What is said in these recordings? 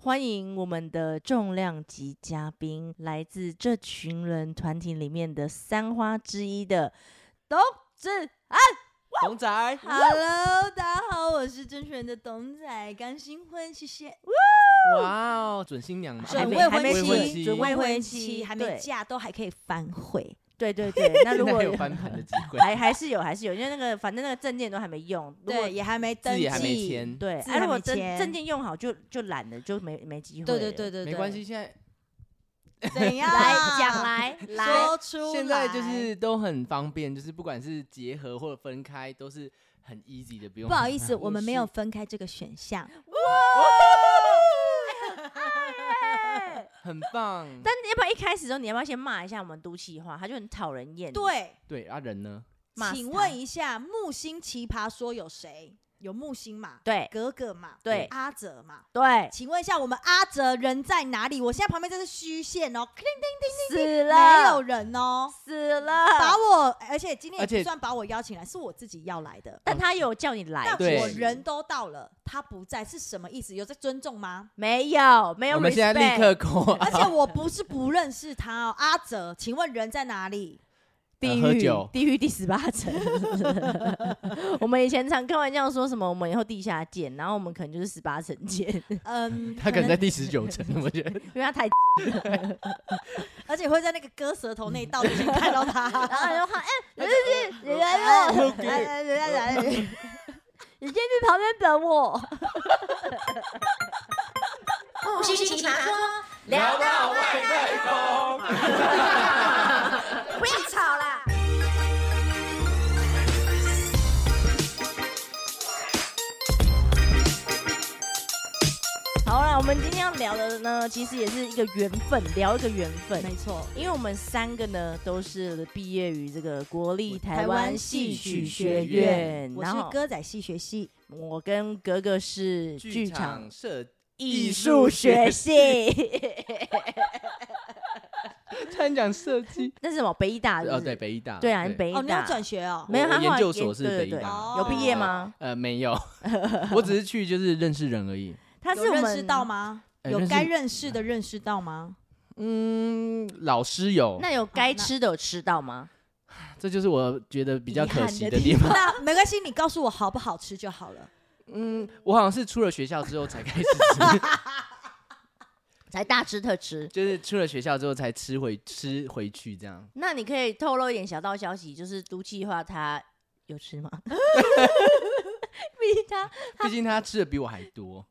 欢迎我们的重量级嘉宾，来自这群人团体里面的三花之一的董子安。董仔， Hello，大家好，我是证券的董仔，刚新婚，谢谢。哇哦，准新娘嘛，准啊未不是婚未妻婚妻，准未未婚婚妻妻还对没嫁都还可以反悔，对对对，那 现如在果还有翻盘的机会，还还是有还是有，因为那个反正那个证件都还没用，如果对，也还没登字记，也还没签，对，字啊、如还果没证签证件用好就就懒了，就没没机会。对对对，对，对没关系，，现在怎样？ 来讲来来，说出来。现在就是都很方便，就是不管是结合或者分开，都是很 easy 的，不用不好意思，很我们没有分开这个选项，很棒。但你要不要一开始的时候，你要不要先骂一下我们都气话？他就很讨人厌。，对，对啊，人呢？骂死请他问一下，木星奇葩说有谁？有木星嘛？对格格嘛？对阿哲嘛？对，请问一下，我们阿哲人在哪里？我现在旁边这是虚线哦，死了，没有人哦，死 把了。 我，而且今天而也且不算把我邀请来，是我自己要来的。但他有叫你来但，对我人都到了，他不在是什么意思？有在尊 重吗？没有没有。我们现在立刻扣而且我不是不认识他哦，阿哲，请问人在哪里？地喝狱酒，地狱第十八层。 我们以前常开玩笑说什么，我们以后地下见，然后我们可能就是十八层见，因 嗯，他可能在第十九层，我觉得为他 太而且会在那个割舌头那一道就先看到然后他。哎就喊哎，人家 人家人家人家来了，你先去旁边等我。不是奇葩说，聊到外太空。不要吵 啦！好了，我们今天要聊的呢，其实也是一个缘分，聊一个缘分。没错，因为我们三个呢都是毕业于这个国立台台湾湾戏戏曲曲学学院院，，我然是后歌仔戏学系，我跟格格是剧剧场场设艺术学系， 突然讲设计，那是什么北医大是不是哦，对，北医大，对啊，你北哦，医你要大转学哦我，没有，我他后来研究所是对对北医对大有毕业吗？呃，没有， 我只是去就是认识人而已。他是有我认识们哎到？吗？呃有认识该认识的认识 到吗？嗯，老师有，那有该那吃的有吃到吗？这就是我觉得比较遗可憾惜的的地地方。那没关系，你告诉我好不好吃就好了。嗯，我好像是出了学校之后才开始吃， 才大吃特吃。就是出了学校之后才吃回吃回去这样。那你可以透露一点小道消息，就是毒气化他有吃 吗？逼他毕竟他吃的比我还多，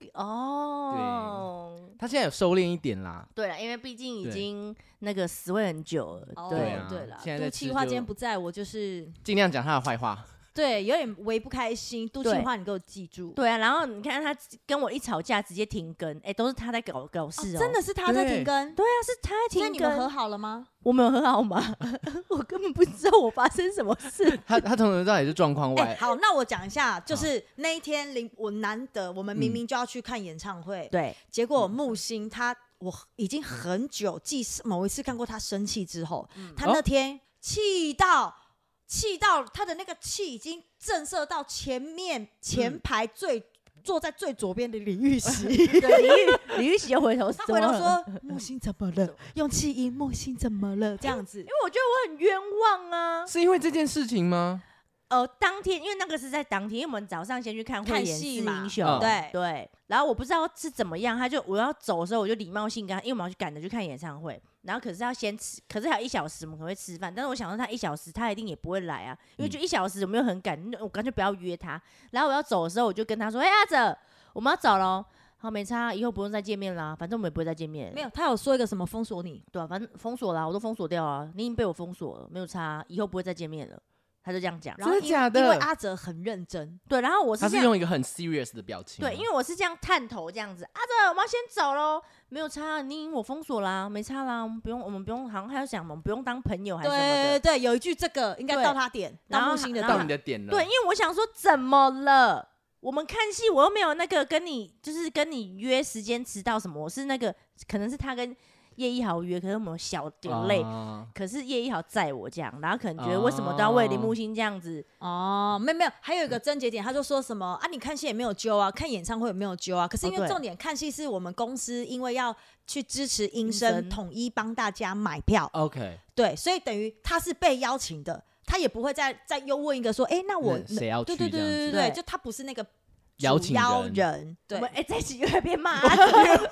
哦。他现在有收敛一点啦。对了，因为毕竟已对经那个死味很久了，哦对啊对了，现在在杜吃庆华就今天不在，我就是尽量讲他的坏话，对，有点为不开心。杜对庆华，你给我记住，哦对啊。然后你看他跟我一吵架，直接停更，哎，都是他在搞搞哦事哦，真的是他在对停更，对啊，是他在所以停你们和更。好了吗？我们有和好吗？ 我根本不知道我发生什么事。他他从头到尾是状况哎，外，好，那我讲一下，就是那一天林，我难得我嗯们明明就要去看演唱会，对，结果木星他我已经很久记事某一次看过他生气之后，嗯他那哦天气到。气到他的那个气已经震慑到前面嗯前排最、坐在最左边的李玉玺， 对 李玉李玉玺就回头，他回头怎么了，呃说：“木星怎么了？用气音，木星怎么了？”这样子因，为我觉得我很冤枉啊。是因为这件事情吗？呃，当天因为那个是在当天，因为我们早上先去看看慧眼四戏嘛英雄，嗯对对。然后我不知道是怎么样，他就我要走的时候，我就礼貌性跟他，因为我们要去赶着去看演唱会，然后可是要先吃，可是还有一小时，我们可能会吃饭。但是我想说他一小时他一定也不会来啊，因为嗯就一小时有没有很赶，那我干脆不要约他。然后我要走的时候，我就跟他说：“哎、阿哲，我们要走喽。”好，没差，啊以后不用再见面啦，反正我们也不会再见面。没有，他有说一个什么封锁你，对啊，反正封锁啦，我都封锁掉啊，你已经被我封锁了，没有差啊，以后不会再见面了。他就这样讲，然后真的因假的因为阿哲很认真，对，然后我是他这是样。用一个很 serious 的表情吗，对，因为我是这样探头这样子，阿哲，我们要先走喽，没有差，啊你已经我封锁啦，没差啦，我们不用，我们不用，好像还要想，我们不用当朋友还是什么对的。对，有一句这个应该对到他点，然到后木星的然后到点你。的点了。对，因为我想说，怎么了？我们看戏，我又没有那个跟你，就是跟你约时间迟到什么，我是那个可能是他跟叶一豪约，可是我们哦小有累。累，可是叶一豪载我这样，然后可能觉得为什么都要为林木星这样子？哦，没有没有，还有一个症结点，他就说什么啊？你看戏也没有揪啊，看演唱会也没有揪啊。可是因哦对为重点，看戏是我们公司因为要去支持音音声，声统一帮大家买票， OK，对，所以等于他是被邀请的，他也不会再再又问一个说，哎、那我那谁要对去对对这样对子对，对就他不是那个邀主请邀人人，对我们哎、在一起又在被骂，啊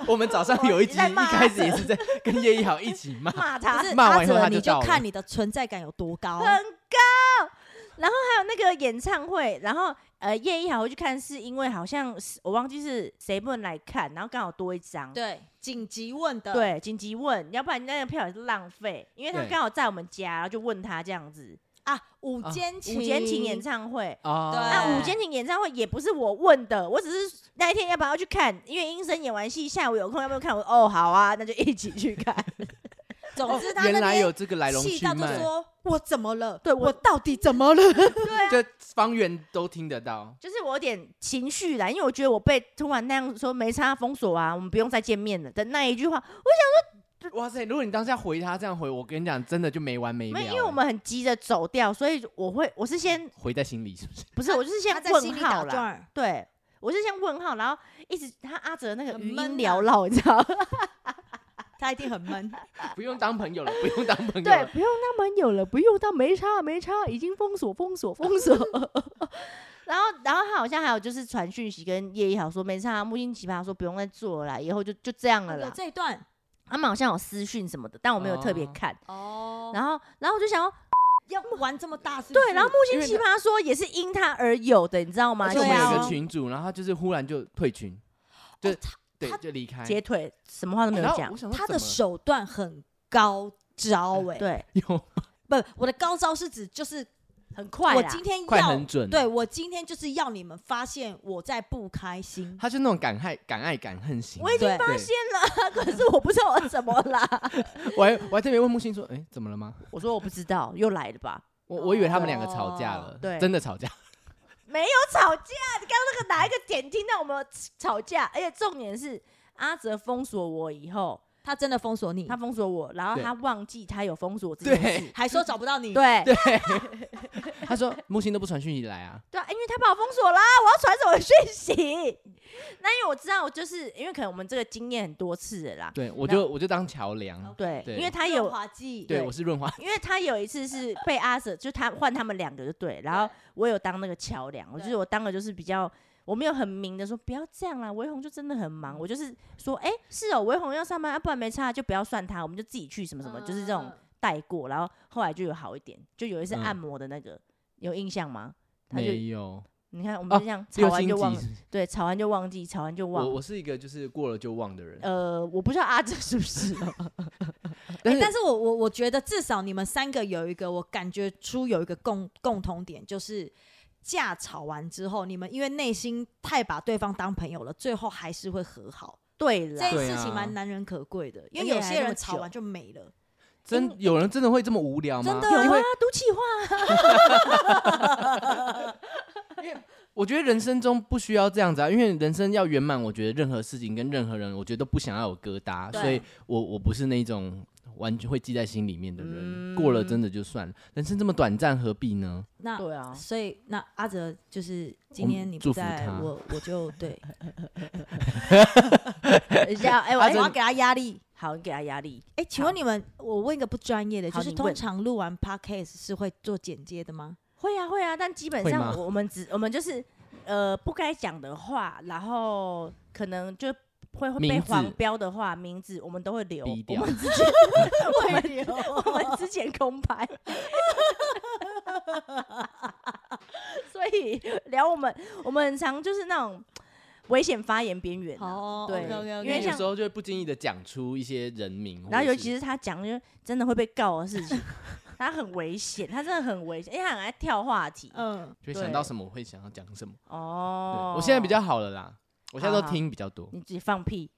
我们早上有一集你在一骂开始也 是在跟叶一豪一起骂，骂他不。是骂完阿以后哲，他就到你就了看你的存在感有 多高。很高。然后还有那个演唱会，然后呃叶一豪我去看，是因为好像是我忘记是谁不能来看，然后刚好多一张。对，紧急问的，，对，紧急问，要不然那个票也是浪费，因为他对刚好在我们家，然后就问他这样子。啊，午啊间情，五间情演唱会，啊那对五间情演唱会也不是我问的，我只是那一天要不要去看，因为英生演完戏下午有空要不要看？我说哦好啊，那就一起去 看。总之他原那来边有这个来龙气去到就脉，说我怎么了？对我我到底怎么了？就方圆都听得到。就是我有点情绪啦，因为我觉得我被突然那样说没差封锁啊，我们不用再见面了的那一句话，哇塞！如果你当下回他这样回，我跟你讲，真的就没完没了没了。有，因为我们很急着走掉，所以我会我是先回在心里是不是？不是，我就是先嗯他在心问里打号啦，转儿，对。我是先问号，然后一直他阿哲那个很余音闷啊缭绕，你知 道吗？他一定很闷。不用当 朋友了，不用当朋友对，了。不用当朋友了，不用当没差没差，已经封锁封锁封锁。 然后然后他好像还有就是传讯息跟叶一豪说没差，木星奇葩说不用再做了啦，以后就就这样了哦有啦。这一段他们好像有私讯什么的，但我没有特别哦看。哦然然后然后我就想要，后要玩这么大是不是？对，然后木因星奇为葩说也是因他而有的，你知道吗？而且对我们啊有一个群主，然后他就是忽然就退群，就哦对，就离开。截腿，什么话都没有然后讲我。想说他怎的么手段很高招哎、对，有不，我的高招是指就是很快我啦。今 天快要很，嗯准，对，我今天就是要你们发现我在不开心。他就那种敢爱敢爱敢恨型。我已经对发现了， 可是我不知道我怎么啦。我还我还特别问木星说，哎，怎么了吗？ 我说我不知道，又来了吧？我我以为他们两个吵架了，哦对真的 吵架。没有吵架，你刚刚那个哪一个点听到我们有吵架？而且重点是阿哲封锁我以后，他真的封锁你他，封锁我，然后对他忘记他有封锁我这 件事。还说找不到你，对对，他说木星都不传讯息来啊，对啊，因为他把我封锁啦，我要传什么讯息？那因为我知道，就是因为可能我们这个经验很多次了啦。对我就我就当桥梁，对，对因为他润有，滑剂，对对我是润滑，因为他有一次是被阿哲，就他换他们两个就对，然后我有当那个桥梁，我就是我当的就是比较。我没有很明的说不要这样啦，维红就真的很忙。我就是说，哎、是哦，维红要上班，啊、不然没差，就不要算他，我们就自己去什么什么，就是这种嗯带过。然后后来就有好一点，就有一次嗯按摩的那个、有印象吗？他就没有你看，我们哦就这样、吵六完星就忘级了，。对，吵完就忘记，吵完就忘我我是一个就是过了就忘的人，呃，我不知道阿哲是不是哦、但是但是我我我觉得至少你们三个有一个，我感觉出有一个共共同点，就是架吵完之后，你们因为内心太把对方当朋友了，最后还是会和好。对这了，件对事啊情蛮难能可贵的，因为而且有还些那人么吵久完就没了。真有人真的会这么无聊吗？真的有因为啊，毒气化我觉得人生中不需要这样子啊，因为人生要圆满，我觉得任何事情跟任何人，我觉得都不想要有疙瘩，对所以我我不是那种完全会记在心里面的嗯人，过了真的就算了，人生这么短暂，何必呢？那对啊，所以那阿哲就是今我们天你不祝福在，他我我就对，等 一下，哎、我我哎要给他压力。好，你给他压力。哎，请问你们，我问一个不专业的，就好是你通问常录完 podcast 是会做剪接的吗？会啊，会啊，但基本会吗上我我们只我们就是呃不该讲的话，然后可能就会会被名字黄标的话，名字我们都会留。低我调们之前我们我们之前空白， 所以聊我们我们很常就是那种危险发言边缘啊、哦对因 OK，OK，OK 为有像时候就会不经意的讲出一些人名，然后尤或者其是他讲就是真的会被告的事情，他很危险，他真的很危险，因为他很爱跳话题。嗯，就会想到什么我会想要讲什么。对哦，我现在比较好了啦，我现在好都好听比较多。你自己放屁，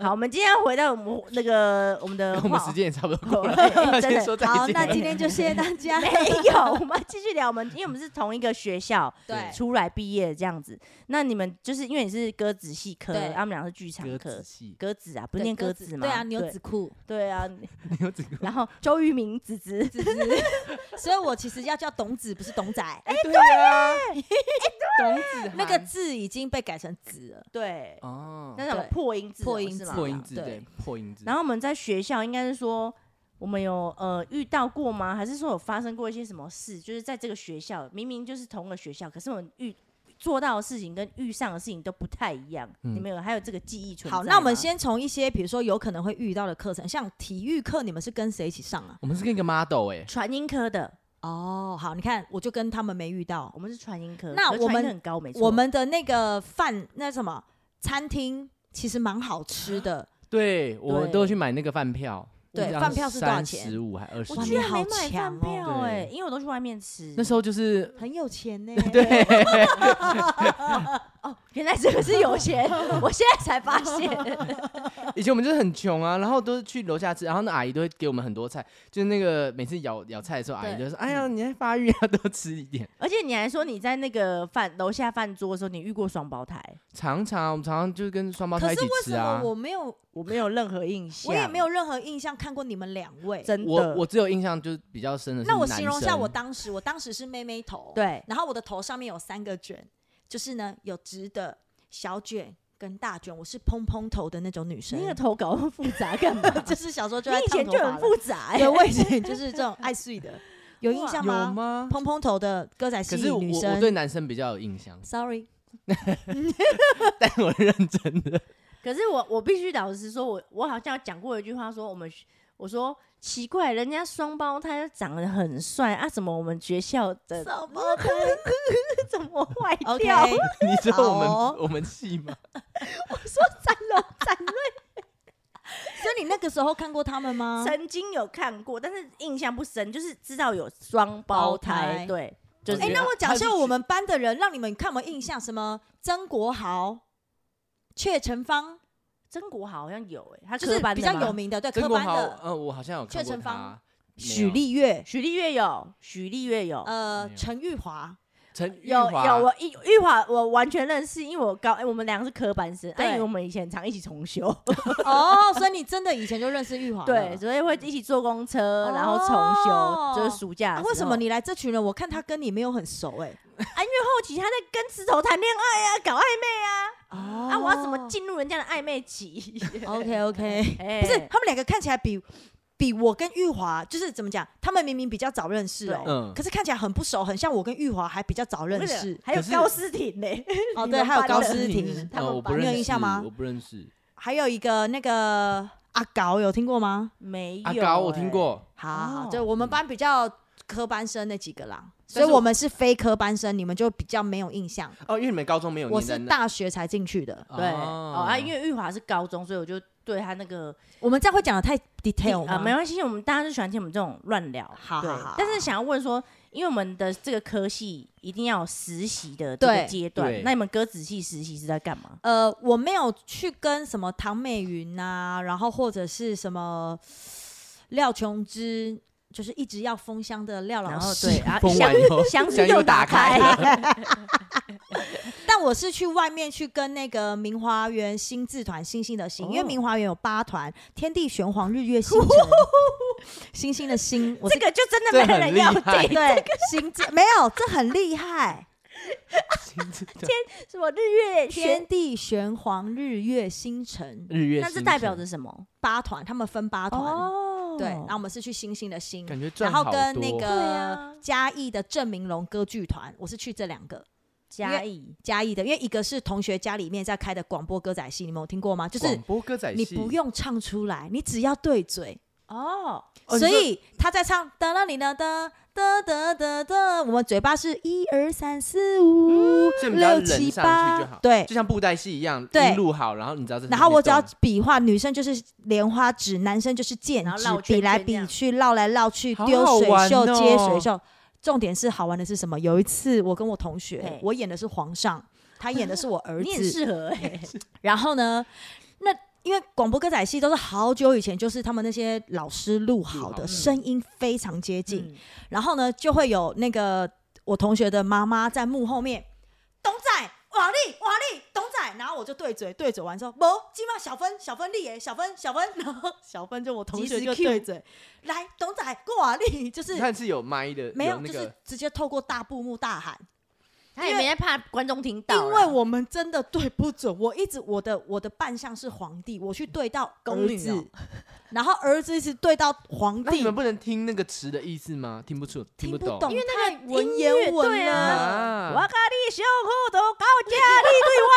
好，我们今天要回到我们那个我们的 我话们时间也差不多好过 了，哎要真先的说再好，见那了。今天就谢谢大 家。没有，我们要继续聊我们，因为我们是同一个学校对出来毕业的这样子。那你们就是因为你是歌子系科，对他们俩是剧场歌科仔。戏，鸽子啊，不是对念鸽鸽子吗？对啊，牛对仔裤， 对啊， 牛仔裤，然后周渝民子子，只是， 所以我其实要叫董子，不是董仔。 哎对啊，董子那个涵字已经被改成子了。 对，哦那，种对破音字哦，破音是吗字破音字对对，破音字。然后我们在学校应该是说，我们有呃遇到过吗？还是说有发生过一些什么事？就是在这个学校，明明就是同个学校，可是我们遇做到的事情跟遇上的事情都不太一样。嗯你们有还有这个记忆存在好，那我们吗先从一些比如说有可能会遇到的课程，像体育课，你们是跟谁一起上啊？我们是跟一个 model 哎，传音科的，哦，好，你看我就跟他们没遇到我。们是传音科，那可是我传音们科很高，没错，我们的那个饭那什么餐厅其实蛮好吃的，对我们对都有去买那个饭票，对饭票是多少钱十五还二十我哇？居你然没好买饭强哦票对哎、因为我都去外面吃。那时候就是很有钱呢、对，哦，原来这个是有 钱，我现在才发 现。以前我们就是很穷啊，然后都是去楼下吃，然后那阿姨都会给我们很多菜，就是那个每次咬咬菜的时候，阿姨对就嗯说：“哎呀，你在发育啊， 多吃一点。而且你还说你在那个饭楼下饭桌的时候，你遇过双胞胎，”常常我们常常就是跟双胞可胎一是起为吃什么啊。我没有，我没有任何印象，我也没有任何印象看过你们两位？真的。我我只有印象就是比较深的是那我男形容一下生我当时，我当时是妹妹头，，对，然后我的头上面有三个卷，就是呢有直的、小卷跟大卷，我是蓬蓬头的那种女生你。的头搞那么复杂干 嘛？ 就是小时候就你在以烫前头就很发了，复杂、欸，对，我 以前就是这种爱睡的，有印象有吗？吗？蓬蓬头的歌仔戏可是我女我生，我对男生比较有印象，sorry， 但我认真的， 可是我我必须老实说，我我好像讲过一句话，说我们学我说奇怪，人家双胞胎都长得很帅啊，怎么我们学校的 什 么的怎么 坏掉？ ？OK，你知道我们、好哦我们系吗？所以你那个时候看过他们吗？曾经有看过，但是印象不深，就是知道有双胞胞胎，胎对，就是哎、觉得那我讲他一是下我们班的人，让你们看有没有印象？什么曾国豪、阙成芳，曾国豪好像有哎、他就是科班比的较吗有名的，对，科曾国班豪，的呃，我好像有看阙过成他芳。没许有丽月，许丽月有，许丽月哦有，呃没，有陈玉华，陈玉有华有，我玉玉华我完全认识，因为我高，哎我们两个是科班生，哎，对因为我们以前常一起重修，哦，所以你真的以前就认识玉华了， 啊对，所以会一起坐公车，然后重哦修，就是暑假的啊时候。为什么你来这群人？我看他跟你没有很熟哎、啊？因为后期他在跟石头谈恋爱啊，搞暧昧啊，哦啊，我要怎么进入人家的暧昧 期？ ？OK OK，哎 不是他们两个看起来比比我跟玉华就是怎么讲？他们明明比较早认识哦、对嗯可是看起来很不熟，很像我跟玉华还比较早我跟认你讲识还有可是高思婷嘞，哦。你对，们还有班高的思是婷，他们呃，我班不你有认印识象吗，我不认识。还有一个那个阿搞，有听过吗？ 没有阿哎。啊高，欸我听过，好好，哦对我们班比较科班生那几个啦，所但是以我们是非科班生，你们就比较没有印 象。哦，因为你们高中没有我念在是那，大学才进去的，对，哦啊，因为为玉华是高中，所以我就对他那个我们这样会讲的太 detail 啊，吗？没关系，我们大家就喜欢听我们这种乱聊。好对好好但是想要问说，因为我们的这个科系一定要有实习的这个对阶段对，那你们歌仔系实习是在干嘛？呃，我没有去跟什么唐美云啊，然后或者是什么廖琼之，就是一直要封箱的廖老然后师。对，啊，封完箱以后，箱子箱又又打打开开，但我是去外面去跟那个明华园新字团星星的星，因为哦明华园有八团，天地玄黄日月星 辰，星星的星，我是这个就真的没人要这很厉害听。对星字没有，这很 厉害。什么日月天轩？地玄黄日月星辰 日月，那是代表着什么？八团，他们分八团，哦对，然后我们是去星星的星，感觉赚然好后多，跟那对个啊嘉义的郑明龙歌剧团，我是去这两个嘉义嘉义的，因为一个是同学家里面在开的广播歌仔戏，你们有听过吗？就是广播歌仔戏，你不用唱出来，你只要对嘴，哦，哦，所你说以他在唱哒啦哩哒哒哒哒哒哒，我们嘴巴是一二三四五嗯所以你只要六忍上七去八就好，，对。就像布袋戏一样，对音录好，然后你知道这是哪一然段。后我只要比划，女生就是莲花指，男生就是剑然后指绕，圈比来圈这比样去，绕来绕去，好丢好水玩袖，接哦水袖。重点是好玩的是什么？有一次我跟我同学嘿， 我演的是皇上，他演的是我儿你很子。适合欸。然后呢，那因为广播歌仔戏都是好久以前，就是他们那些老师录好录好的，的声音非常接 近。嗯然后呢，就会有那个我同学的妈妈在幕后面，董仔、瓦力、瓦力、董仔，然后我就对嘴，对嘴完之后，不，今晚小芬、小芬丽耶，小芬、小芬，然后小芬就我同学及时就 cue 对嘴， 来，董仔过瓦力，就是看是有麦的，没有，那就是个直接透过大布幕大喊，他也没在怕观众听到啦，因为我们真的对不准， 我一直我的我的扮相是皇帝，我去对到宫儿女子哦， 然后儿子是对到皇那你帝，们不能听那个词的意思吗？听不出，听不懂，因为那个太文音乐言文对啊了我啊跟。你小可都到家，你对我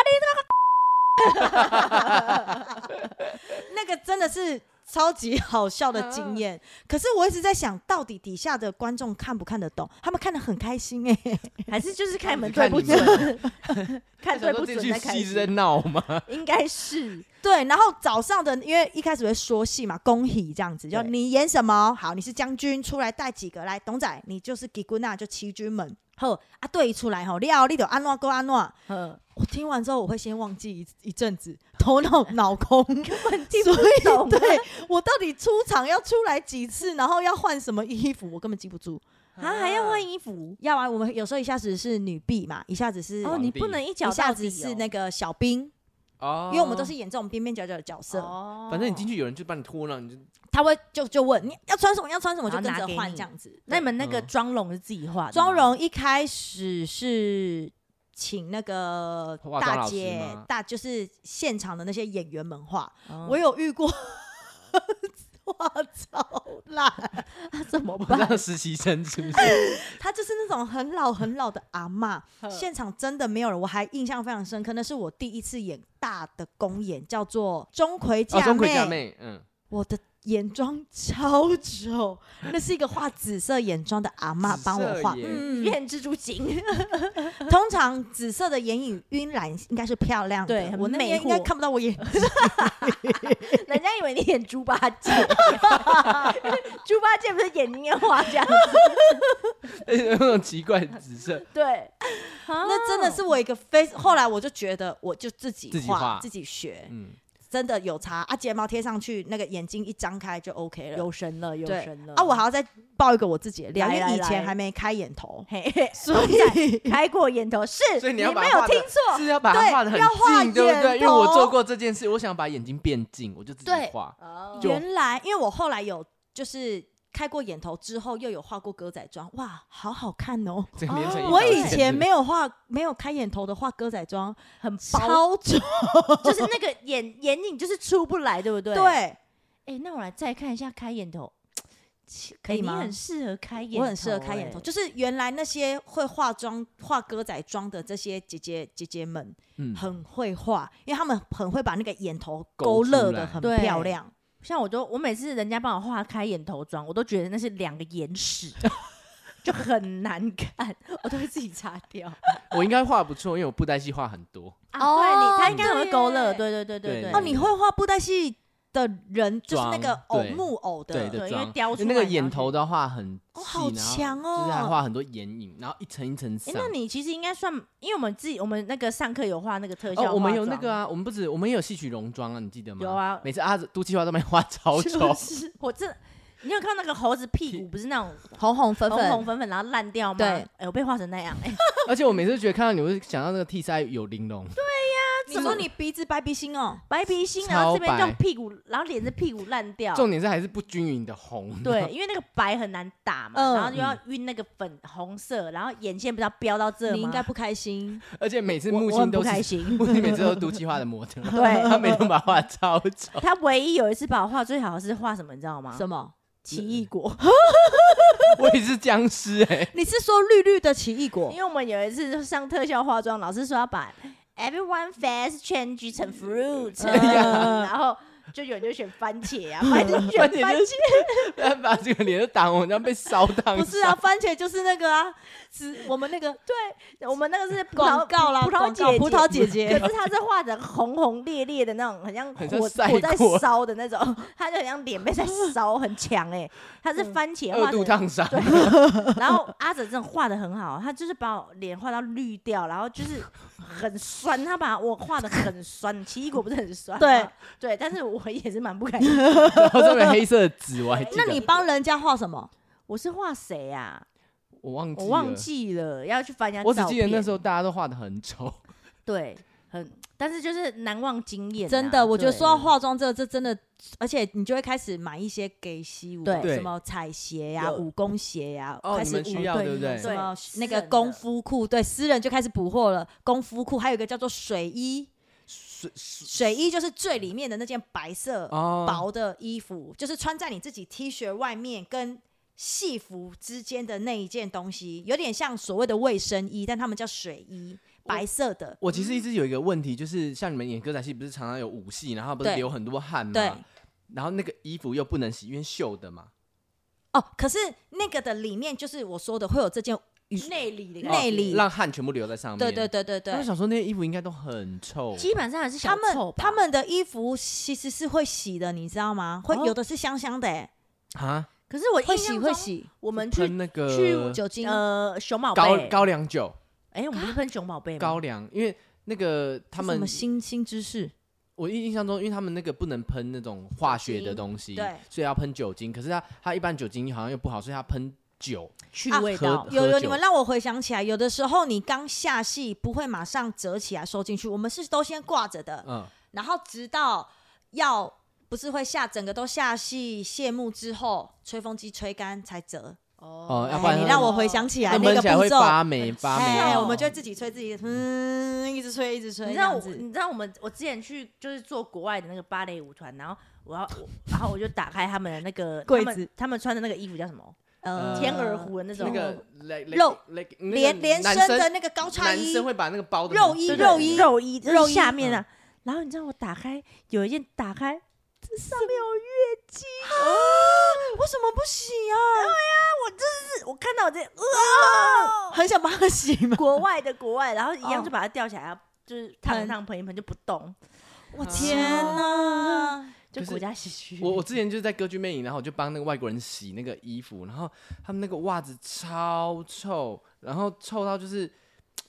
那个真的是超级好笑的经验。可是我一直在想，到底底下的观众看不看得懂？他们看得很开心哎、 还是就是看你们对看不你们准， 看想对说不这准句再开戏是在始，闹吗？应该是对，然后早上的，因为一开始会说戏嘛，恭喜这样子，就对你演什么？好，你是将军，出来带几个来，董仔，你就是吉姑娜，就七军们。好啊，对出来吼，了你就安怎过安怎。嗯，我听完之后，我会先忘记一一阵子，头脑脑 空。听所不以懂啊对我到底出场要出来几次，然后要换什么衣服，我根本记不住。啊还要换衣服要啊，我们有时候一下子是女婢嘛，一下子是、哦，皇你帝不能一脚一下到子底是那个小兵，哦 因为我们都是演这种边边角角的角色，哦，反正你进去有人就帮你脱了，你就他会就就问你要穿什么，要穿什么，就然后跟拿着给换你这样子。那你们那个嗯妆容是自己画的吗，妆容一开始是请那个化妆大老师姐吗大，就是现场的那些演员们画，嗯哦我有遇过 画超烂，那怎么不办？让实习生是 哦不是？她就是那种很老很老的阿嬷。现场真的没有人，我还印象非常深刻，那是我第一次演大的公演，叫做《钟哦，馗嫁钟馗妹》嫁妹，嗯，我的眼妆超丑，那是一个画紫色眼妆的阿嬷紫帮我色画。耶 嗯，变蜘蛛精，通常紫色的眼影晕染应该是漂亮的，对很我那魅边应该惑看不到我眼睛。 人家以为你演猪八戒，猪八戒不是眼睛要画这样子？那种嗯 奇怪的紫色， 对，那真的是我一个非，后来我就觉得我就自己哦自己画画自己学，嗯，真的有差啊！睫毛贴上去，那个眼睛一张开就 OK 了。有神了，有对神了啊，我还要再爆一个我自己的料，来因为来以前来还没开眼头。嘿嘿，所 以开过眼头是，所以你你要把没它有画听得错，是要把它对画的很要画近，对不对？眼因为我头做过这件事，我想把眼睛变近，我就自己对画。就原来，因为我后来有就是开过眼头之后，又有画过歌仔妆，哇，好好看哦！整个连成一哦条我线以前是没有画，没有开眼头的画歌仔妆，很包，超丑。就是那个眼眼影就是出不来，对不对？对，哎，那我来再看一下开眼头，哎可以诶你吗很适合开眼头，哎我很适合开眼头，诶就是原来那些会化妆、画歌仔妆的这些姐姐姐姐们嗯，很会画，因为他们很会把那个眼头勾勾出勒的来很对漂亮。像我都，我每次人家帮我画开眼头妆，我都觉得那是两个眼 屎，就很难看，哦我都会自己擦 掉。我应该画不错，因为我布袋戏画很多，啊，哦对你，他应该很对会勾勒，耶对对对对对对。哦，你会画布袋戏的人，就是那妆个偶对木偶的，对对，因为妆雕出那来个然后眼就头的画很哦细，好然后强就是还哦画很多眼影，然后一层一层哎、上。那你其实应该算，因为我们自己我们那个上课有画那个特效、哦，我们有那个，啊，我们不止，我们也有戏曲戎装啊，你记得吗？有啊每次阿紫都计划都没画 超就 丑，是我真的，你有看到那个猴子屁股不是那种红红粉红红粉粉，然后烂掉吗？对哎、我被画成那样、哎，而且我每次觉得看到你，我就想到那个替塞有玲珑，你说你鼻子白鼻心哦？白鼻心，然后这边超白就屁股，然后脸是屁股烂掉。重点是还是不均匀的红。啊对，因为那个白很难打嘛，嗯然后又要晕那个粉红色，然后眼线不是要飙到这吗？你应该不开心。而且每次我木我很星不都开是，心。木星每次都是都计划的模特， 对他每天把画超丑。他唯一有一次把我画最好是画什么，你知道啊吗？什么？奇异果。我也是僵尸哎、 你是说绿绿的奇异果因？为我们有一次就上特效化妆，老师说要把 everyone face change 成 fruit，、然哎后就有人就选番茄 啊，番茄选番番茄就是把这个脸都打红，然后被烧烫。不是啊，，番茄就是那个啊，紫我们那个茄。我们那个是葡广萄告啦，葡萄广姐告姐葡萄姐姐。可是他是画的红红烈烈的那种，很像很火像火晒在过烧的那种，他就很像脸被在烧，很强哎、他嗯是番茄二画度的，烫伤。然后阿哲真的画的很好，他就是把我脸画到绿掉，然后就是很酸，他把我画的很酸，奇异果不是很酸吗？对对，但是我也是蛮不开心。然后上面黑色的纸我还记那你得，帮人家画什么？我是画谁呀？我忘记我忘了，记了，要去翻人家我只记得那时候候大家都画的很丑，对，很，但是就是难忘经验啊。真的，我觉得对说到化妆这个，这真的，而且你就会开始买一些给西舞，对对什么彩鞋呀、有武功鞋呀、哦开你始们舞需要对不对什么对那私人个的功夫裤，对，私人就开始补货了。功夫裤还有一个叫做水衣，水水水衣就是最里面的那件白色哦薄的衣服，就是穿在你自己 T 恤外面跟戏服之间的那一件东西，有点像所谓的卫生衣，但他们叫水衣，白色的。我其实一直有一个问题，就是像你们演歌仔戏，不是常常有舞戏，然后不是对流很多汗对吗？然后那个衣服又不能洗，因为绣的嘛。哦，可是那个的里面就是我说的会有这件内里的哦内里，让汗全部留在上面。对对对对我对。想说那些衣服应该都很臭。基本上还是小他臭们吧他们的衣服其实是会洗的，你知道吗？会哦有的是香香的、欸，啊，可是我印会象洗中会，洗我们去喷那去个酒精。呃熊宝高贝，高粱酒，哎，我们不是喷熊宝贝吗？高粱，因为那个他这什们么，新新知识？我印印象中，因为他们那个不能喷那种化学的东西，酒精对所以要喷酒精。可是他他一般酒精好像又不好，所以他喷酒。去啊味喝道，有喝有，酒你们让我回想起来，有的时候你刚下戏不会马上折起来收进去，我们是都先挂着的，嗯，然后直到要不是会下整个都下戏谢幕之后，吹风机吹干才折。哦要不哎，然你让我回想起来那那闷个起来步会骤，发霉哦发哎霉。哎我们就会自己吹自己，嗯，一直吹一直吹，你知这道样我，子。你知道我们，我之前去就是做国外的那个芭蕾舞团，然后我要，我然后我就打开他们的那个柜他们子他们穿的那个衣服叫什么？呃天鹅湖的那种那个雷雷肉雷那个连连男身的那个高叉男衣生，会把那个包的肉很衣对肉对衣肉衣，肉肉衣下嗯面啊。然后你知道我打开有一件打开，这上面有月经啊！为什么不洗对啊？呀，我真是我看到我这哇，很想帮他洗吗？ 国外的国外，然后一样哦就把它吊起来，就是烫一喷烫喷一喷就不动， 我天哪！就就是国家喜剧。我我之前就在歌剧魅影，然后我就帮那个外国人洗那个衣服，然后他们那个袜子超臭，然后臭到就是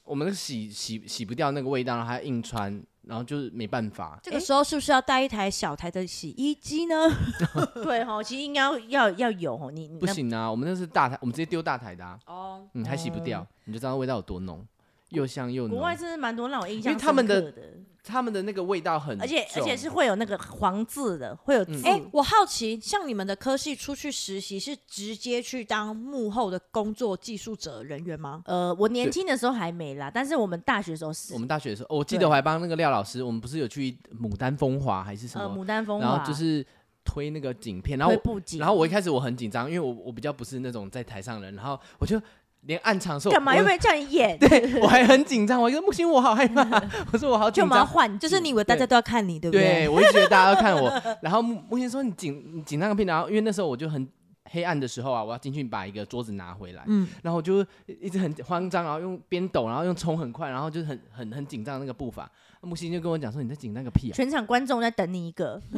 我们那个洗洗洗不掉那个味道，然后还要硬穿，然后就是没办法。这个时候是不是要带一台小台的洗衣机呢？ 对哈，其实应该要要要有吼，你你不那行啊，我们那是大台，我们直接丢大台的、啊，哦，嗯，还洗不掉，你就知道味道有多浓，又香又国浓外。真的蛮多让我印因为象他们深的嗯刻的他们的那个味道很重，而且而且是会有那个黄字的，会有嗯字。哎、我好奇，像你们的科系出去实习是直接去当幕后的工作技术者人员吗？呃，我年轻的时候还没啦，但是我们大学的时候是我们大学的时候，哦我记得对我还帮那个廖老师，我们不是有去牡丹风华还是什呃么，牡丹风然华，后就是推那个景片，然后会我布景，然后我一开始我很紧张，因为我我比较不是那种在台上的人，然后我就连暗场的时候干嘛？我又没有叫你演，对我还很紧张，我跟木星我好害 怕，我说我好就紧我们要张。换，就是你以为大家都要看你，对不对，对？我一直觉得大家都看我，然后木木星说你紧你紧张个屁，然后因为那时候我就很黑暗的时候啊，我要进去把一个桌子拿回来，嗯，然后我就一直很慌张，然后用边抖，然后用冲很快，然后就是很很很紧张那个步伐。木星就跟我讲说你在紧张个屁啊，全场观众在等你一个，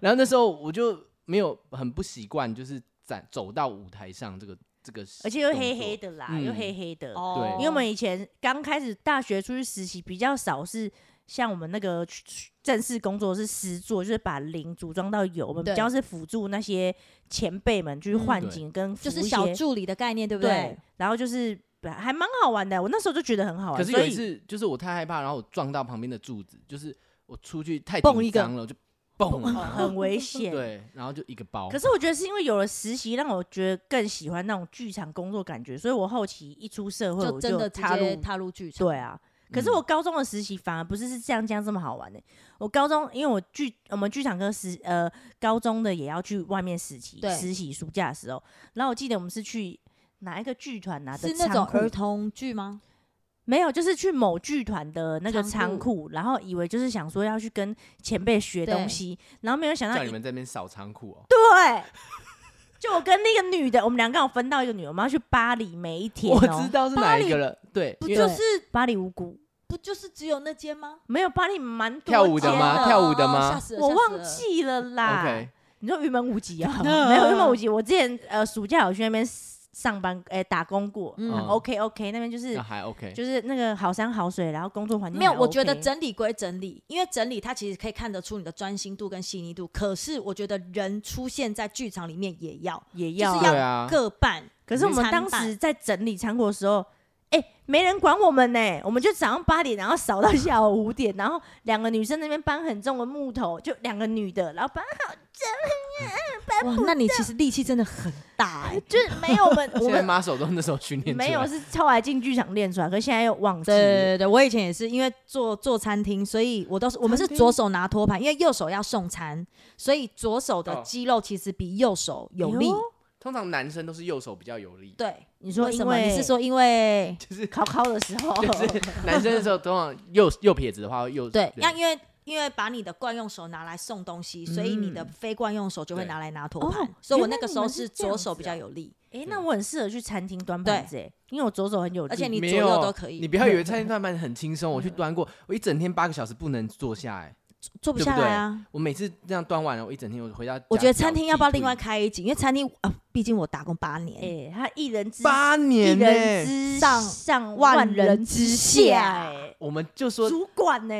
然后那时候我就没有很不习惯，就是站走到舞台上这个这个动作，而且又黑黑的啦，嗯又黑黑的。哦因为我们以前刚开始大学出去实习比较少，是像我们那个去去正式工作是实做，就是把零组装到有，我们比对较是辅助那些前辈们去换对景跟服就是务一小些助理的概念，对不对？，然后就是还蛮好玩的，我那时候就觉得很好玩。可是所有一以次，就是我太害怕，然后我撞到旁边的柱子，就是我出去太蹦一紧个张了，我就蹦了，然后很危险。 对，然后就一个包。可是我觉得是因为有了实习，让我觉得更喜欢那种剧场工作感觉，所以我后期一出社会，就我真的直踏接入。踏入剧场。对，啊，可嗯是我高中的实习反而不是是这样这样这么好玩的、我高中因为我剧我们剧场科实呃高中的也要去外面实习，对实习暑假的时候，然后我记得我们是去哪一个剧团拿的是那种仓库儿童剧吗？没有，就是去某剧团的那个仓仓库，然后以为就是想说要去跟前辈学对东西，然后没有想到叫一你们在那边扫仓库哦，对，就我跟那个女的，我们俩刚好分到一个女的，我们要去巴黎每一天、哦，我知道是哪一个了，对，不因就为对是巴黎无辜不就是只有那间吗？没有巴黎蛮多跳舞的间吗的跳舞的哦吗吓死了我吓死忘了记了啦。 OK，你说云门舞集啊？嗯 没有云门舞集，我之前呃暑假有去那边上班诶、打工过、嗯 o k OK，那边就是、那还 OK，就是那个好山好水，然后工作环境没有，还我觉得 OK 整理归整理，因为整理它其实可以看得出你的专心度跟细腻度。可是我觉得人出现在剧场里面也要也要、就是对啊要各半。可是我们参当半时在整理仓库的时候，哎、没人管我们呢、我们就早上八点，然后扫到下午五点，然后两个女生那边搬很重的木头，就两个女的，然后搬哇，那你其实力气真的很大哎、就是没有我们我 现在们马手都那时候训练出来没有是后来进剧场练出来，可是现在又忘记对对了。对对，我以前也是因为做做餐厅，所以我都是我们是餐厅左手拿托盘，因为右手要送餐，所以左手的哦肌肉其实比右手有力。哎呦通常男生都是右手比较有力，对，你说什因么？为你是说因为 考考的时 候，男生的时候通常右右撇子的话右对？那因为因为把你的惯用手拿来送东西，所以你的非惯用手就会嗯对拿来拿托哦盘，所以我那原来个你时候们是是这样左手子比较啊有力。哎、那我很适合去餐厅端盘子、哎，因为我左手很有力，而且你没左有右都可以嗯你不要 以为餐厅端盘很轻松，我去端过，我一整天八个小时不能坐下哎、坐不对不下对来啊。我每次这样端完了，我一整天我回家家，我觉得餐厅要不要另外脚开一集？因为餐厅啊，毕竟我打工八年，哎、他一人之踢八一年呢、欸人之上上万万人人之之下下、哎我们就说主管呢、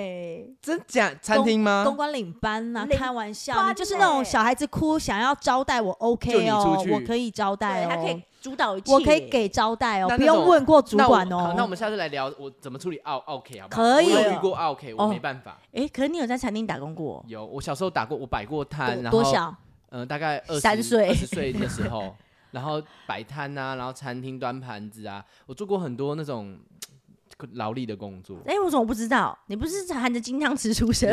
真假餐厅吗？公关领班呐、领开玩笑，班你就是那种欸小孩子哭想要招待我就，OK 你哦出，去我可以招待对，他可哦以，主导一切，我可以给招待哦，那不那用种问过主管那我好那我哦。们下次来聊我怎么处理奥奥 K 好不好？可以哦我有遇过奥 K，我没办法。哎、可是你有在餐厅打工过？有，我小时候打过，我摆过摊，多然多后小？呃，大概二三岁。二十岁的时候，然后摆摊啊，然后餐厅端盘子啊，我做过很多那种嘖劳力的工作哎、我怎么不知道？你不是含着金汤匙出 生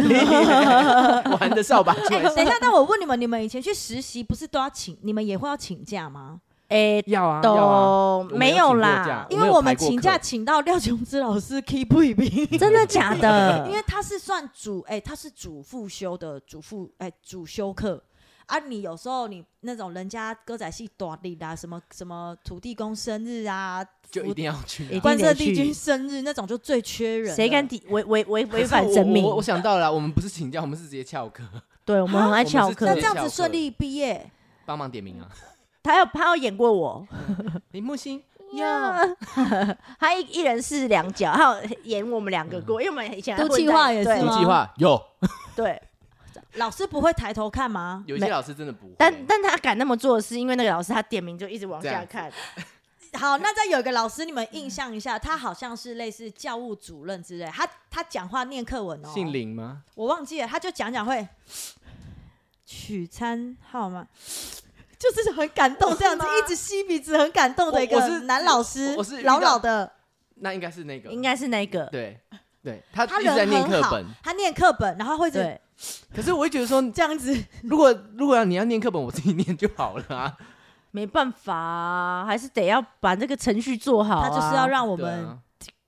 我玩的扫把出哎、来 等一下，那我问你们，你们以前去实习不是都要请？你们也会要请假吗？哎、要啊，要啊。都我没没有有请过啦假，因我为有我们排过请课假请到廖琼之老师 keep 一 兵， 真的假嗯 的？因为他是算主，哎、他是主副修的主副，哎、主修课。啊，你有时候你那种人家歌仔戏短历啦，什么什么土地公生日啊，就一定要去啊、一定关得圣帝去君生日那种就最缺人了。谁敢抵违违违违可是反我神明我？我我想到了啊，我们不是请假，我们是直接翘课，对我们很爱翘课我那们是直这接样子顺利毕业？帮忙点名啊。他要他要演过我，林木星， 他一一人是两角，他有演我们两嗯个过，因为我们以前还都混计在划也是对有吗计划有，对，老师不会抬头看吗？有一些老师真的不会。但但他敢那么做，是因为那个老师他点名就一直往这下样子看，好，那再有一个老师，你们印象一下，他好像是类似教务主任之类，他他讲话念课文哦，姓林吗？我忘记了，他就讲讲会取餐号吗？就是很感动，这样子一直吸鼻子，很感动的一我个我是男老师，我我是遇到老老的，那应该是那个，应该是那个对对，他他一直在人念很课好本。，他念课本，然后会一直对，可是我会觉得说，这样子，如果如果你要念课本，我自己念就好了啊。没办法啊，还是得要把这个程序做好啊，他就是要让我对们啊，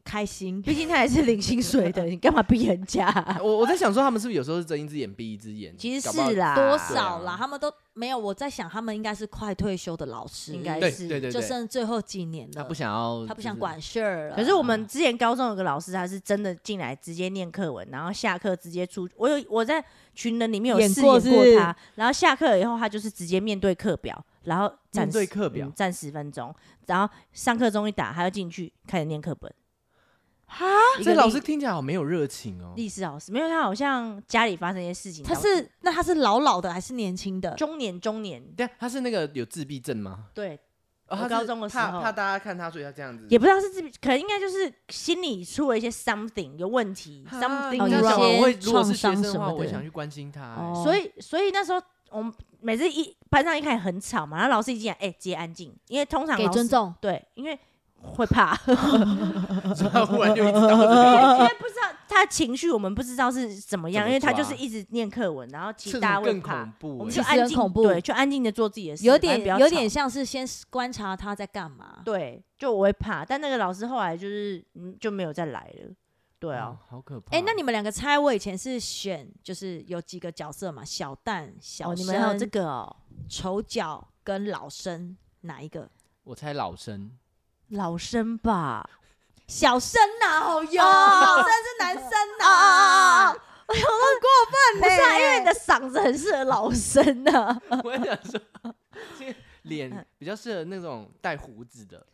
开 心。毕竟他也是领薪水 的，你干嘛逼人家、啊我我在想说，他们是不是有时候是睁一只眼闭一只眼？其实搞不好是啦，多少对啦？啊他们都没有。我在想，他们应该是快退休的老师，应该嗯对是对对就对，剩最后几年他了不。想要，他不想。管事儿了。可是我们之前高中有个老师，他是真的进来直接念课文，然后下课直接出。我有我在群人里面有演试过过是他，然后下课以后他就是直接面对课表，然后站面对十课表嗯站十分钟，然后上课钟一打，他要进去开始念课本。哈，一这个老历师听起来好没有热情哦。历史老师没有，他好像家里发生一些事情，他导致是那他是老老的还是年轻的？中年中年对啊，他是那个有自闭症吗？对，我哦他是高中的时候怕怕大家看他，所以他这样子。也不知道是自己，可能应该就是心里出了一些 something 有问题啊，something 你这样 wrong 讲我会有一些如果是学生创的伤什么话，的我也想去关心他。哎哦所以所以那时候我们每次一班上一开始很吵嘛，然后老师一进来，哎、直接安静，因为通常给老师尊重。对，因为会怕，欸 所以他忽然就一直到了因为不知道 他的情绪，我们不知道是怎么样，怎么因为他抓就是一直念课文，然后其实这种大家会更怕恐，怖我们欸。就啊其实安很静，恐怖对，就安静的做自己的事，有反正点不要有吵点像是先观察他在干嘛。对，就我会怕，但那个老师后来就是嗯就没有再来了，对啊哦，，好可怕。哎、那你们两个猜，我以前是选就是有几个角色嘛？小蛋、小哦，你生、们还有这个哦，丑角跟老生哪一个？我猜老生，老生吧，小生呐、啊，哦哟，哦老生是 男生呐、啊啊啊啊很过分不是、啊，因为你的嗓子很适合老生啊。我也想说，今天嗯脸比较适合那种带胡子的，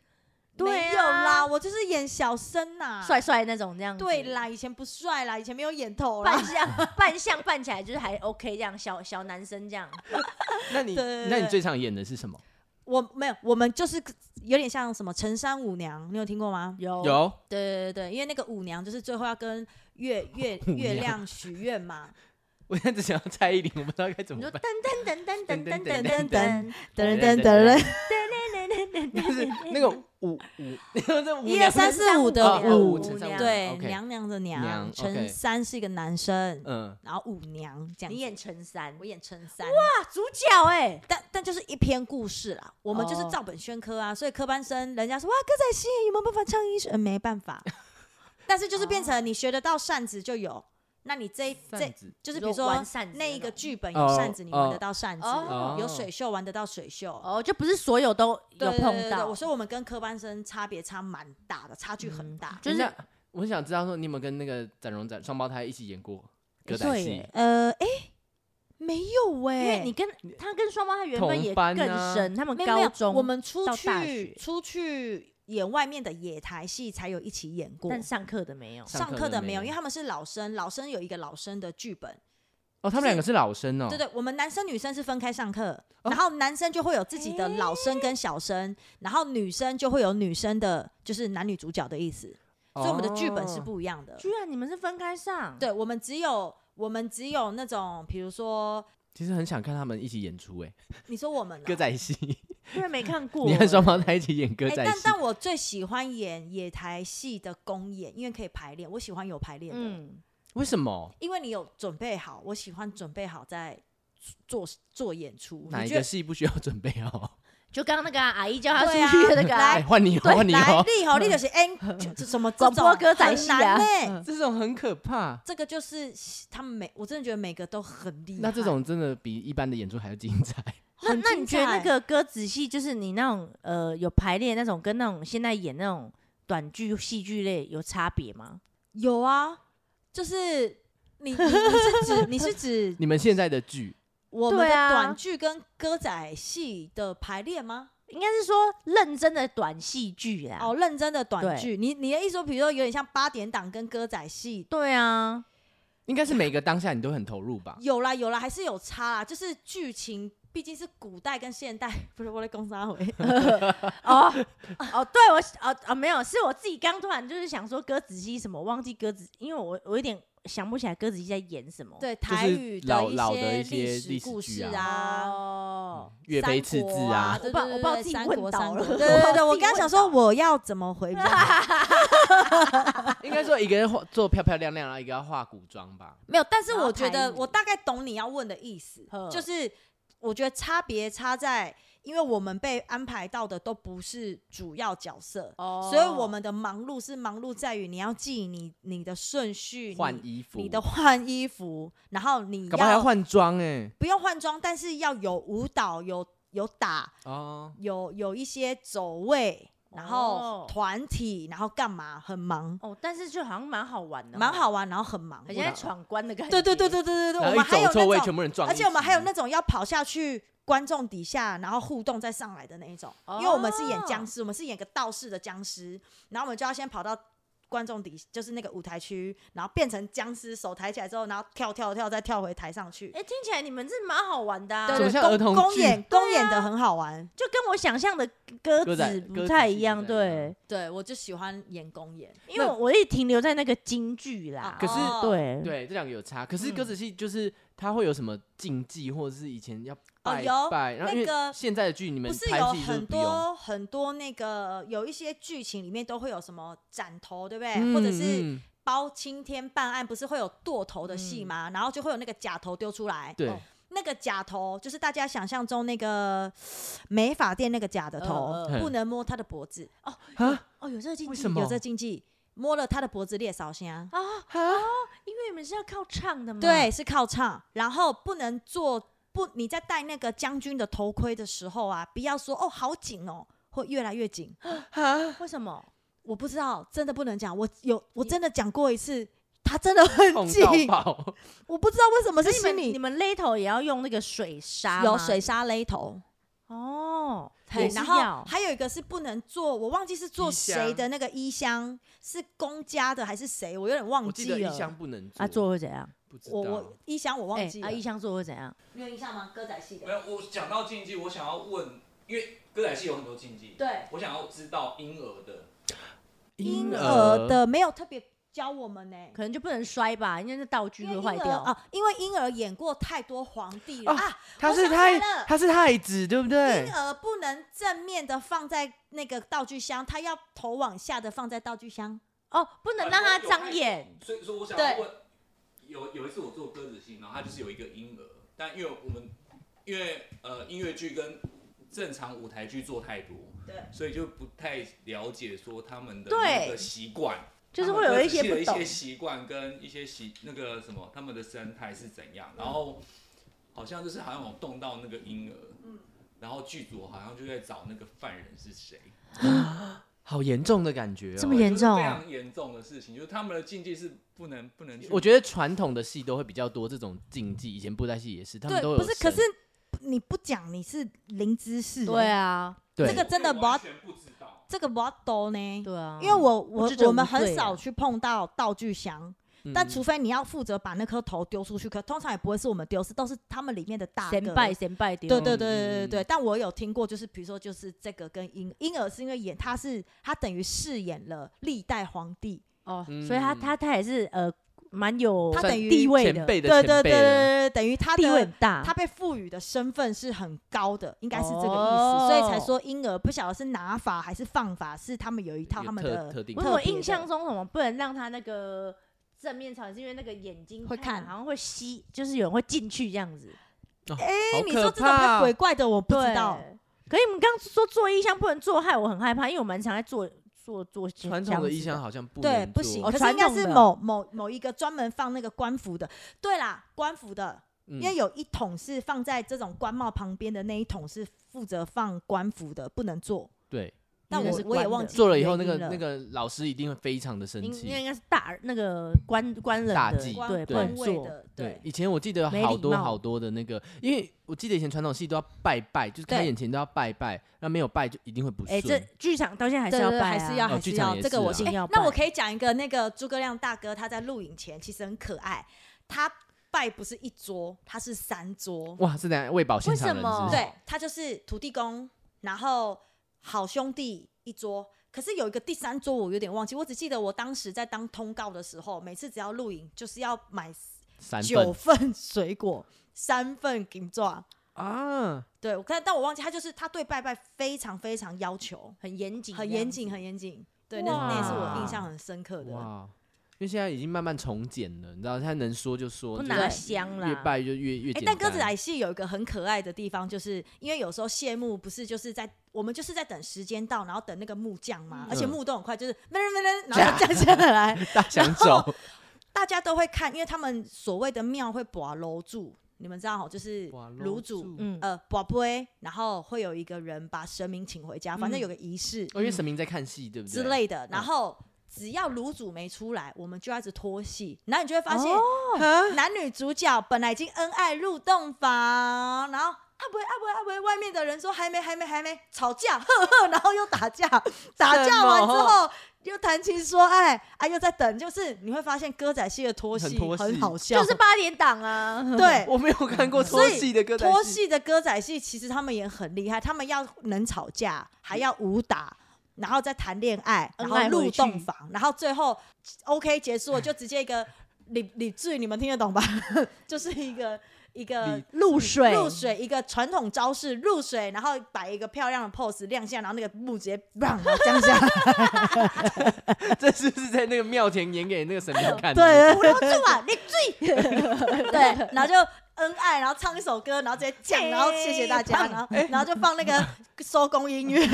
对没啊有啦，我就是演小生呐、帅帅那种这样子。对，啦，以前不帅啦，以前没有眼头啦扮。相扮相扮起来就是还 OK 这样，小小男生这样。那你对那你最常演的是什么？我没有，我们就是有点像什么陈山舞娘，你有听过吗？有有对对对，因为那个舞娘就是最后要跟月月 舞娘月亮许愿 嘛。我现在只想要蔡依林，我不知道该怎你么说噔办。噔噔噔噔噔噔噔噔噔噔噔噔噔噔噔噔就噔，是那个五 五，那五一二三四五的哦舞五乘上五，对， OK 娘娘的娘，娘陈 OK 三是一个男生，嗯，然后舞娘这样子。你演陈三，我演陈三，哇，主角哎，但但就是一篇故事啦，我们就是哦照本宣科啊，所以科班生人家说哇歌仔戏有没有办法唱一首、呃没 办法，但是就是变成你学得到扇子就有，那你这一这哦扇子就是你比如说说玩扇子那一那个种剧本有扇子，哦你玩得到扇子哦，有水袖玩得到水袖，哦，就不是所有都对有对对碰对对到我，说我们跟科班生差别差蛮大的，差距很大。就是那我想知道说，你有没有跟那个展荣展双胞胎一起演过歌仔对戏耶？呃，哎，没有因哎，为你跟他跟双胞胎原本也同班更啊深，他们没有没高有中我们出到大去学出去演外面的野台戏才有一起演过，但上课的没有，上上课课的的没没有，有因为他们是老生，老生有一个老生的剧本，哦，他们两个是老生哦。对对，我们男生女生是分开上课，哦然后男生就会有自己的老生跟小生，然后女生就会有女生的，就是男女主角的意思，哦，所以我们的剧本是不一样的。居然你们是分开上，对，我们只有我们只有那种，比如说其实很想看他们一起演出哎，你说我们啊歌仔戏，居然没 看过，你和双胞胎一起演歌哎、仔但戏，但我最喜欢演野台戏的公演，因为可以排练，我喜欢有排练的。嗯，为什么？因为你有准备好，我喜欢准备好再做做演出。哪你一觉个得戏不需要准备好？就刚刚那个啊阿姨叫他出对啊去的那个啊哎，换你哦，对，换你来哦，立吼，立就是 N 就就什么这 广播种歌仔很戏难啊 嗯呢这种很可怕。这个就是他们每，我真的觉得每个都很厉害。那这种真的比一般的演出还要精彩。 那很那你精觉得那彩个歌仔戏，就是你那种呃有排练那种，跟那种现在演那种短剧、戏剧类有差别吗？有啊，就是你你你是指你是指你们现在的剧我们对的啊短剧跟歌仔戏的排练吗？应该是说认真的短戏剧啊。哦，，认真的短对剧，你你的意思说，比如说有点像八点档跟歌仔戏对啊，应该是每个当下你都很投入 吧？有啦有啦，还是有差啦，就是剧情毕竟是古代跟现代， 不是我在攻 杀回，哦哦，对我哦哦没有，是我自己刚突然就是想说歌仔戏什么，忘记歌子，因为我我有点想不起来歌仔戏在演什么。对是台语老老的一一些史历史故剧事啊啊。哦，岳飞刺字啊，三我怕国对对对我怕我自己三国问倒三国了对对 对，我我自己刚想问说倒我要怎么回答，啊 应该说一个画做漂漂亮亮，然后一个要化古装吧。没有，但是然后我觉台得语我大概懂你要问的意思呵，就是我觉得差别差在，因为我们被安排到的都不是主要角色。哦所以我们的忙碌是忙碌在于你要记你你的顺序，换你衣服，你的换衣服，然后你搞不好还要换装哎。不用换装，但是要有舞蹈，有有打，哦，有有一些走位，然后哦团体，然后干嘛，很忙，哦，但是就好像蛮好玩的，蛮，好玩，然后很忙很。像在闯关的感觉。对对对对对对然对，我后们一还有走错位，那全种，部人撞一而起。且我们还有那种要跑下去观众底下，然后互动再上来的那一种，因为我们是演僵尸，我们是演个道士的僵尸，然后我们就要先跑到。观众底就是那个舞台区，然后变成僵尸，手抬起来之后，然后跳跳跳，再跳回台上去。哎，听起来你们是蛮好玩的啊。对怎对，么像公儿童公剧演公对演的啊很好玩。就跟我想象的鸽歌仔子鸽不子太一戏样，不太一样对，对，我就喜欢演公演。因为那我一直停留在那个京剧啦。可是哦对，对这两个有差，可是嗯歌仔戏就是它会有什么禁忌，或者是以前要拜哦有拜，然后因那个为现在的剧你们不是拍有戏就是很不用，多很多那个有一些剧情里面都会有什么斩头，嗯对不对？欸或者是嗯包青天办案，不是会有剁头的戏嗯吗？然后就会有那个假头丢出来。对 哦那个假头就是大家想象中那个呃美发店那个假的头，嗯嗯不能摸他的脖子，啊，哦，有这个禁为忌什么有这禁忌，摸了他的脖子裂烧香。啊哦，因为你们是要靠唱的嘛。对，，是靠唱，然后不能做不，你在戴那个将军的头盔的时候啊，不要说哦好紧哦，会越来越紧。嗯为什么？我不知道，真的不能讲，我有我真的讲过一次，他真的很 痛紧，到爆，哦我不知道为什么是可是你心们你里们勒头也要用那个水沙吗，有水沙勒头，哦，对也，是然后要还有一个是不能做，我忘记是做衣箱谁的那个衣箱，是公家的还是谁，我有点忘我记记得一了箱。不能做，啊做会怎样？不知道。我我衣箱我忘哎记，了啊，一箱做会怎样？你有印象吗？歌仔戏没的，有，我讲到禁忌，我想要问，因为歌仔戏有很多禁忌，对，我想要知道婴儿的，婴儿的没有特别教我们呢，可能就不能摔吧，因为那道具因为会婴坏儿掉。啊，因为婴儿演过太多皇帝了哦啊，他我是想起太来了他是太子，对不对婴？儿不能正面的放在那个道具箱，他要头往下的放在道具箱。哦，不能让他张眼。所以说我想对要问，有有一次我做歌仔戏，然后他就是有一个婴儿，但因为我们因为呃音乐剧跟正常舞台剧做太多，对，所以就不太了解说他们的对那个习惯。就是会有一些他们歌不仔戏的懂一些习惯跟一些习那个什么，他们的生态是怎样，嗯然后好像就是好像有动到那个婴儿，然后剧组好像就在找那个犯人是谁，好严重的感觉、哦。这么严重就是非啊？常严重的事情，就是他们的禁忌是不能不能去，我觉得传统的戏都会比较多这种禁忌，以前布袋戏也是，他们对，都有不是，可神是你不讲你是零知识欸，对啊，对这个真的不要完，全不知道。这个不要兜呢。对啊，因为我我知者我们无罪很啊少去碰到道具箱，嗯但除非你要负责把那颗头丢出去，可通常也不会是我们丢，是都是他们里面的大神哥拜神拜丢。对嗯对对对对嗯对，但我有听过，就是比如说，就是这个跟婴婴儿是因为演，他是他等于饰演了历代皇帝，哦，嗯所以他他他也是呃蛮有他等于地位前的，辈对的前对对对辈对了对，等于他地位很的大。他被赋予的身份是很高的，应该是这个意思，哦所以才说婴儿不晓得是拿法还是放法，是他们有一套有他们特的哎特定我特我别的印象中什么不能让他那个正面朝，是因为那个眼睛会看好像会吸，就是有人会进去这样子。哎、好你可说这种比较怕鬼怪的，我不知道。对。可是你们刚刚说做衣箱不能做，害我很害怕，因为我蛮常在做做做传统的箱衣子箱好像不对，能不做行。哦可是传应该统是的某某某一个专门放那个官服的。对啦，官服的，因嗯为有一桶是放在这种官帽旁边的那一桶是负责放官服的，不能做。对但那我是我也官忘的记做了以后，那原个因了那个老师一定会非常的生应应气。该是大那个官官人大的，忌官对，不官能位做。的，对对，以前我记得没好礼多貌好多的那个，因为我记得以前传统戏都要拜拜，就是开对演前都要拜拜，那没有拜就一定会不哎，顺。这剧场到现在还是对要对拜还啊是要哦还剧是场要，也这个是我啊记一定要那我拜可以讲一个，那个诸葛亮大哥他在录影前其实很可爱，他拜不是一桌，他是三桌。哇，是等下喂饱现场人为什么是不是对，他就是土地公，然后好兄弟一桌。可是有一个第三桌，我有点忘记，我只记得我当时在当通告的时候，每次只要录影就是要买三九份份水果，三份金爪。啊，对，我看，但我忘记他就是他对拜拜非常非常要求，很严谨，很严谨，。很严谨。对，那哇那也是我印象很深刻的。哇！因为现在已经慢慢重简了，你知道，现在能说就说，不就拿是香越啦，拜就越越哎、简单。但鸽子来戏有一个很可爱的地方，就是因为有时候谢幕不是就是在我们就是在等时间到，然后等那个木匠嘛，而且嗯木都很快，就是噔噔噔，然后就降下 来，大想走，大家都会看，因为他们所谓的庙会把楼住，你们知道吼，就是炉主。主，嗯，呃，宝贝，然后会有一个人把神明请回家，反正嗯有个仪式哦因为神明在看戏，对不对？之类嗯的。然后只要炉主没出来，我们就要一直拖戏。然后你就会发现，哦男女主角本来已经恩爱入洞房，然后啊不会啊不会啊不会，外面的人说还没还没还没吵架，呵 呵，然后又打架，打架完之后又谈情说爱，啊又在等，就是你会发现歌仔戏的拖很戏拖戏很好笑，就是八点档 啊。对。我没有看过所拖以戏的歌仔拖戏的歌仔戏其实他们也很厉害，他们要能吵架，还要武打，然后再谈恋爱，恩然后爱入回去洞房，然后最后 OK 结束了，就直接一个李李志，你们听得懂吧？ 就是一个一个李露水，入水一个传统招式，入水，然后摆一个漂亮的 pose 亮相，然后那个幕直接砰然后降下来， 这是不是在那个庙前演给那个神明看的？ 对，我要住啊，你醉， 对，然后就。恩爱，然后唱一首歌，然后直接降，然后谢谢大家，哎然后然后就放那个收工音乐，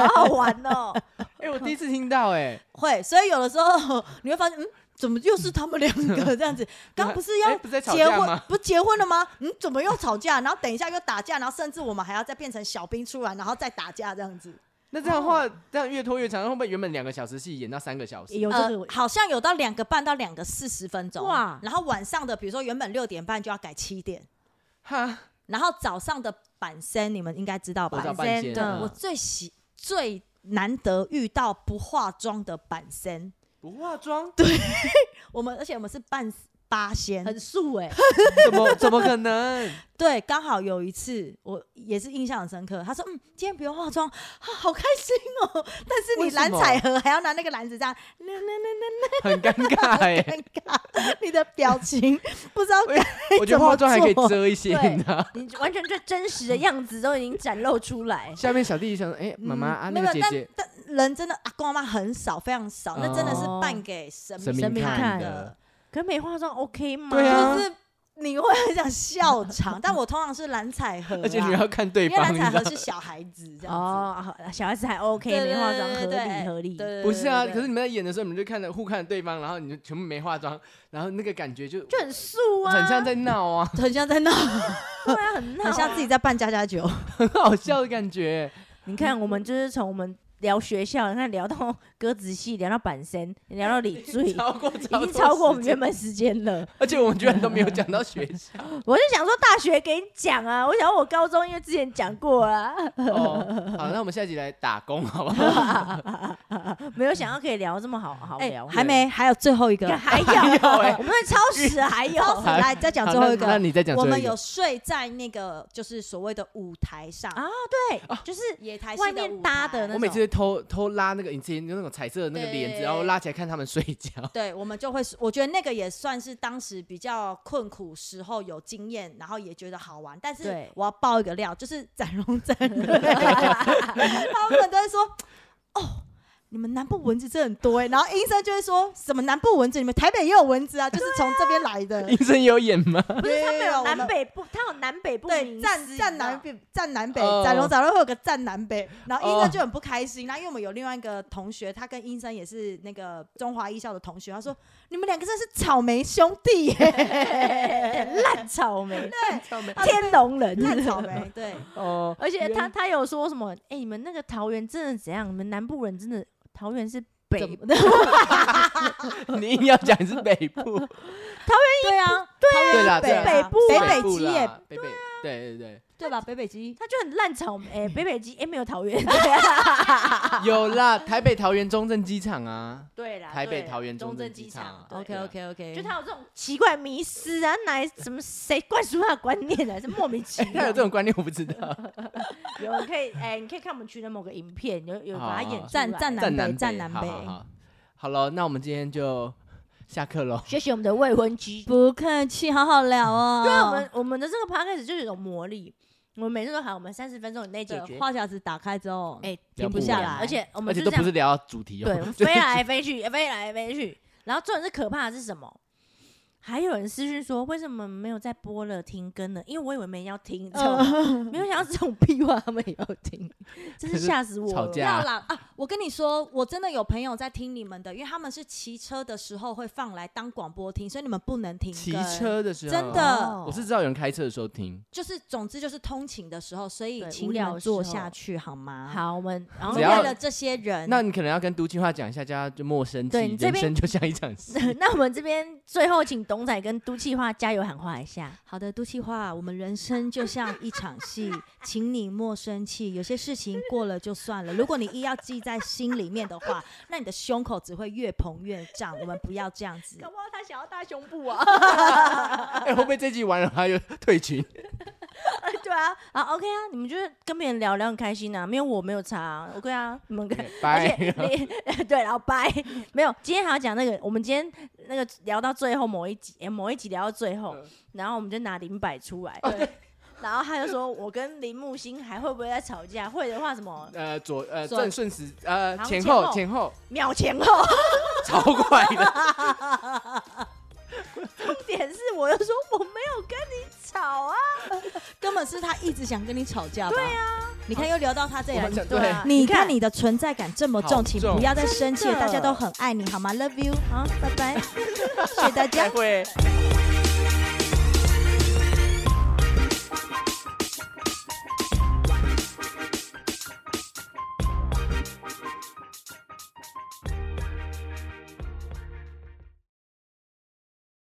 好好玩哦。哎、我第一次听到、哎，会，所以有的时候你会发现，嗯，怎么又是他们两个 这样子？刚不是要哎不是在吵结架婚吗，不是结婚了吗？嗯，怎么又吵架？然后等一下又打架，然后甚至我们还要再变成小兵出来，然后再打架这样子。那这样的话，这样越拖越长，会不会原本两个小时戏演到三个小 时？有这呃个，好像有到两个半到两个四十分钟哇然后晚上的比如说原本六点半就要改七点，哈，然后早上的板森，你们应该知道我吧知道？百半仙仙的啊我最喜最难得遇到不化妆的板森，不化妆，我们而且我们是半八仙，很素 哎、怎么怎么可能？对，刚好有一次我也是印象很深刻，他说：“嗯，今天不用化妆，啊、好开心哦。” 但是为你什蓝么采和还要拿那个篮子这样，啦啦啦很尴尬哎、啦，尴尬，你的表情不知道我该我觉得化妆还可以怎么做遮一些，对你知道。你完全最真实的样子都已经展露出 。来下面小弟弟想说，哎、妈妈啊，嗯那没有个姐姐，但但人真的阿公阿妈很少，非常少，那真的是哦办给神神明明看看的的，，可没化妆 OK 吗？对啊就是你会很想笑场，但我通常是蓝采和啊，而且你要看对因为方，蓝你采知道和。是小孩子这样子，哦，好小孩子还 OK，对没化妆合对对对理合理。对对对不是啊，可是对你们在演的时候，你们就看着互看对方，然后你就全部没化妆，然后那个感觉就就很素啊，很像在闹啊，很像在闹，对啊，很闹啊很像自己在办家家酒。很好笑的感觉。你看，我们就是从我们聊学校，你看聊到 歌子系，聊到板身，聊到理醉，已超过已经超过我们原，本时间了。而且我们居然都没有讲到学校。我就想说大学给你讲啊，我想我高中因为之前讲过啊啦，哦，好，那我们下集来打工好不好？没有想到可以聊这么好好哎、聊。还没，还有最后一个你看，还有，哎我们会超时啊还有，超时啊来再讲好最后那一个那你再讲我最后们一有个。睡在那个就是所谓的舞台上，啊对，就是野台外面搭的那我种每次偷偷拉那个，你之前有那种彩色的那个帘对子，然后拉起来看他们睡觉。对，我们就会，我觉得那个也算是当时比较困苦时候有经验，然后也觉得好玩。但是对我要爆一个料，就是展荣 展瑞，他们都会说，哦，你们南部蚊子真的很多哎、然后医生就会说什么南部蚊子，你们台北也有蚊子啊，就是从这边来的。 医生有演 吗？不是他们对啊有我们南北部，他有南北部对，名站词你站知道南北，站南北，哦展荣展瑞会有个站南北，然后医哦生就很不开心。那因为我们有另外一个同学，他跟医生也是那个中华医校的同学，他说你们两个真是草莓兄弟耶， 烂草 莓，草莓天龙人，烂草莓，对，哦，而且他原他有说什么？哎、你们那个桃园真的怎样？你们南部人真的桃园是北怎 么部， 你硬要讲是北部，对啊，对啦，北对啦北部啊北部极啦也北北，对对对，对吧？北北基，他就很烂草莓。哎北北基哎、没有桃园，对啊，有啦，台北桃园中正机场啊， 对啦，台北对啦桃园中中正正机机啊场啊对 OK OK OK，就他有这种奇怪迷失啊，哪来什么谁灌输他的观念啊？是莫名其哎 他妙。有这种观念，我不知道。有人可以哎、你可以看我们群的某个影片，有有哦把它演出来。站站站南北，南站南好北，好好，好了，那我们今天就下课喽。学习我们的未婚妻。不客气，好好聊哦。对啊，我们我们的这个 podcast 就是有魔力。我们每次都喊我们三十分钟以内解对决，话匣子打开之后，哎、停不下来而且我啊而们且就都这样不是聊主题对，哦我， 们飞来飞去，飞来飞去。然后重点是可怕的是什么？还有人私讯说，为什么没有再播了停更了？因为我以为没人要听，你知道吗？ 没有想到这种屁话他们也要 听，真是嗯可是吓死我吵了！架要啦啊！我跟你说，我真的有朋友在听你们的，因为他们是骑车的时候会放来当广播听，所以你们不能停。骑，车的时候，真的我是啊知道有人开车的时候听，就是总之就是通勤的时候，所以对请无你聊们的做时下候去好吗？，好，我们然后我们只为要了这些人，那你可能要跟都计划讲一下，叫他就莫生气对，你这人边生就像一场戏。 那我们这边最后请董仔跟都气话加油喊话一下。好的，都气话，我们人生就像一场戏，请你莫生气。有些事情过了就算了，如果你硬要记在心里面的话，那你的胸口只会越膨越胀。我们不要这样 子。不好他想要大胸部啊？ 哎，会不会这集完了他又退群？ 对啊，啊 OK 啊，你们就是跟别人聊聊很开心啊，没有我没有差、啊、，OK 啊，你 们跟而且拜。你 对，然后拜没有。今天还要讲那个，我们今天那个聊到最后某一集，诶某一集聊到最后，然后我们就拿林柏出来，嗯哦对 然后他就说，我跟林木星还会不会再吵架？会的话，什么呃，左呃左正顺时呃好前前后后前后，秒前后。 超快 的。重点是，我就说我没有跟你吵啊，根本是他一直想跟你吵架吧？对啊，你看又聊到他这里我来们。讲对对，啊你看看你的存在感这么好重，请重不要再生气了，真的 大家都很爱你，好吗？Love you，好，拜拜。谢谢大家开。会。